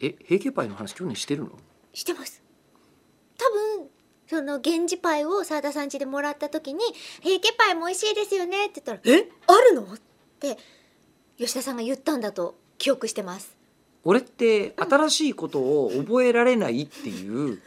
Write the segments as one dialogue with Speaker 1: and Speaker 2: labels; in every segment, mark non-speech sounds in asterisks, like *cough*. Speaker 1: え平家パイの話去年してるの
Speaker 2: してます多分その源氏パイを澤田さん家でもらった時に「平家パイも美味しいですよね」って言ったら
Speaker 1: え
Speaker 2: 「あるの?」って吉田さんが言ったんだと記憶してます
Speaker 1: 俺って新しいことを覚えられないっていう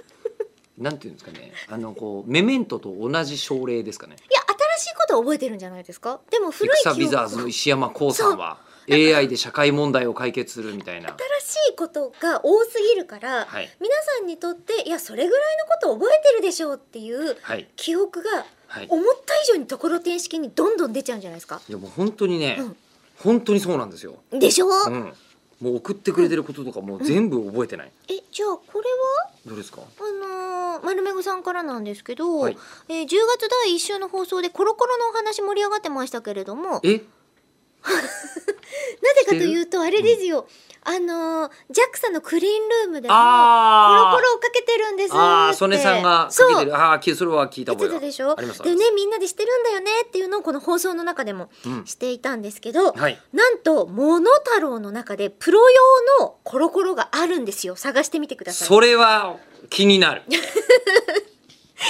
Speaker 1: なんていうんですかねあのこうメメントと同じ症例ですかね
Speaker 2: いや新しいことは覚えてるんじゃないですかでも古い記
Speaker 1: 戦
Speaker 2: 憶
Speaker 1: ビザーズの石山光さんは AI で社会問題を解決するみたいな
Speaker 2: 新しいことが多すぎるから、
Speaker 1: はい
Speaker 2: 皆さんにとっていやそれぐらいのこと覚えてるでしょうっていう
Speaker 1: はい
Speaker 2: 記憶が
Speaker 1: はい
Speaker 2: 思った以上にところてん式にどんどん出ちゃうんじゃないですか
Speaker 1: いやもう本当にね、
Speaker 2: うん
Speaker 1: 本当にそうなんですよ、
Speaker 2: でしょ、
Speaker 1: うん、もう送ってくれてることとかもう全部覚えてない、
Speaker 2: えじゃあこれは
Speaker 1: どうですか
Speaker 2: あのー丸めぐさんからなんですけど、
Speaker 1: はい
Speaker 2: えー10月第1週の放送でコロコロのお話盛り上がってましたけれどもなぜ
Speaker 1: え
Speaker 2: かというとあれですよ、あのー JAXA のクリーンルームでもコロ
Speaker 1: あー
Speaker 2: コロをかけてるんですって
Speaker 1: ああ曽根さんが
Speaker 2: そう
Speaker 1: かけてるああーそれは聞いた
Speaker 2: 言
Speaker 1: 覚
Speaker 2: っ
Speaker 1: え
Speaker 2: て
Speaker 1: が
Speaker 2: たでしょ
Speaker 1: ありますあ
Speaker 2: で
Speaker 1: りま
Speaker 2: ね
Speaker 1: す
Speaker 2: みんなでしてるんだよねっていうのをこの放送の中でも
Speaker 1: うん
Speaker 2: していたんですけど、
Speaker 1: はい
Speaker 2: なんと「モノタロウ」の中でプロ用のコロコロがあるんですよ探してみてください
Speaker 1: それは気に
Speaker 2: *laughs*
Speaker 1: なる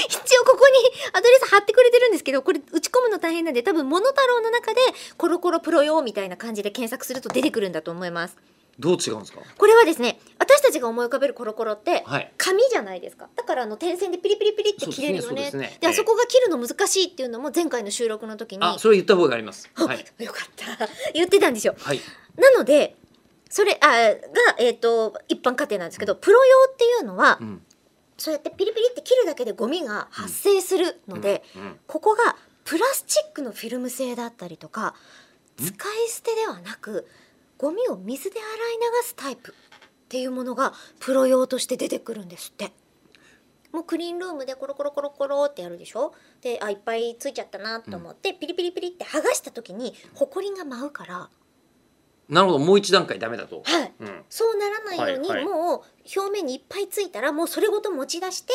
Speaker 2: 一応ここにアドレス貼ってくれてるんですけどこれ打ち込むの大変なんで多分「モノタロウ」の中で「コロコロプロ用」みたいな感じで検索すると出てくるんだと思います
Speaker 1: どう違うんですか
Speaker 2: これはですね私たちが思い浮かべるコロコロって、
Speaker 1: はい
Speaker 2: 紙じゃないですかだからあの点線でピリピリピリって切れるよ
Speaker 1: そうで
Speaker 2: ね
Speaker 1: すねそうですね
Speaker 2: あそこが切るの難しいっていうのも前回の収録の時に
Speaker 1: あそれ言った方があります
Speaker 2: あ
Speaker 1: はい
Speaker 2: よかった言ってたんですよ
Speaker 1: はい
Speaker 2: なのでそれあが、えー、と一般家庭なんですけどプロ用っていうのは、
Speaker 1: うん
Speaker 2: そうやってピリピリって切るだけでゴミが発生するので、
Speaker 1: うんうん
Speaker 2: ここがプラスチックのフィルム製だったりとか使い捨てではなくゴミを水で洗い流すタイプっていうものがプロ用として出てくるんですって。もうクリーンルームでコロコロコロコロってやるでしょであいっぱいついちゃったなと思って、ピリピリピリって剥がした時にホコリが舞うから、
Speaker 1: なるほどもう一段階ダメだと
Speaker 2: はい、
Speaker 1: うん
Speaker 2: そうならないように、
Speaker 1: はいはい
Speaker 2: もう表面にいっぱいついたらもうそれごと持ち出して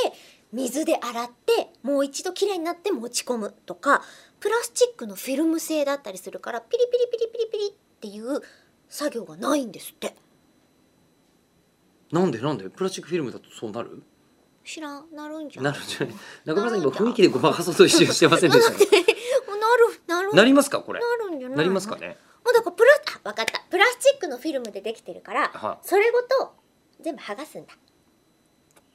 Speaker 2: 水で洗ってもう一度きれいになって持ち込むとかプラスチックのフィルム製だったりするからピリピリピリピリピリっていう作業がないんですって
Speaker 1: なんでなんでプラスチックフィルムだとそうなる
Speaker 2: 知らんなるんじゃん
Speaker 1: なるんじ
Speaker 2: *laughs*
Speaker 1: ゃない中村さん今雰囲気でごまかそうと一周してませんでしたね
Speaker 2: もうなるなる
Speaker 1: なりますかこれ
Speaker 2: なるんじゃない
Speaker 1: なりますかね
Speaker 2: もうだからプラスあわかったプラスチックのフィルムでできてるから、
Speaker 1: は
Speaker 2: それごと全部剥がすんだ、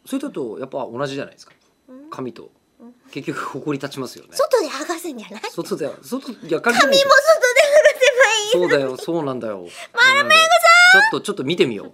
Speaker 1: それだとやっぱ同じじゃないですか
Speaker 2: うん
Speaker 1: 紙と
Speaker 2: うん
Speaker 1: 結局埃立ちますよね
Speaker 2: 外で剥がすんじゃない外で
Speaker 1: 外で外いや紙も
Speaker 2: 剥がせばいい
Speaker 1: そうだよそうなんだよ丸めぐさんちょっとちょっと見てみよう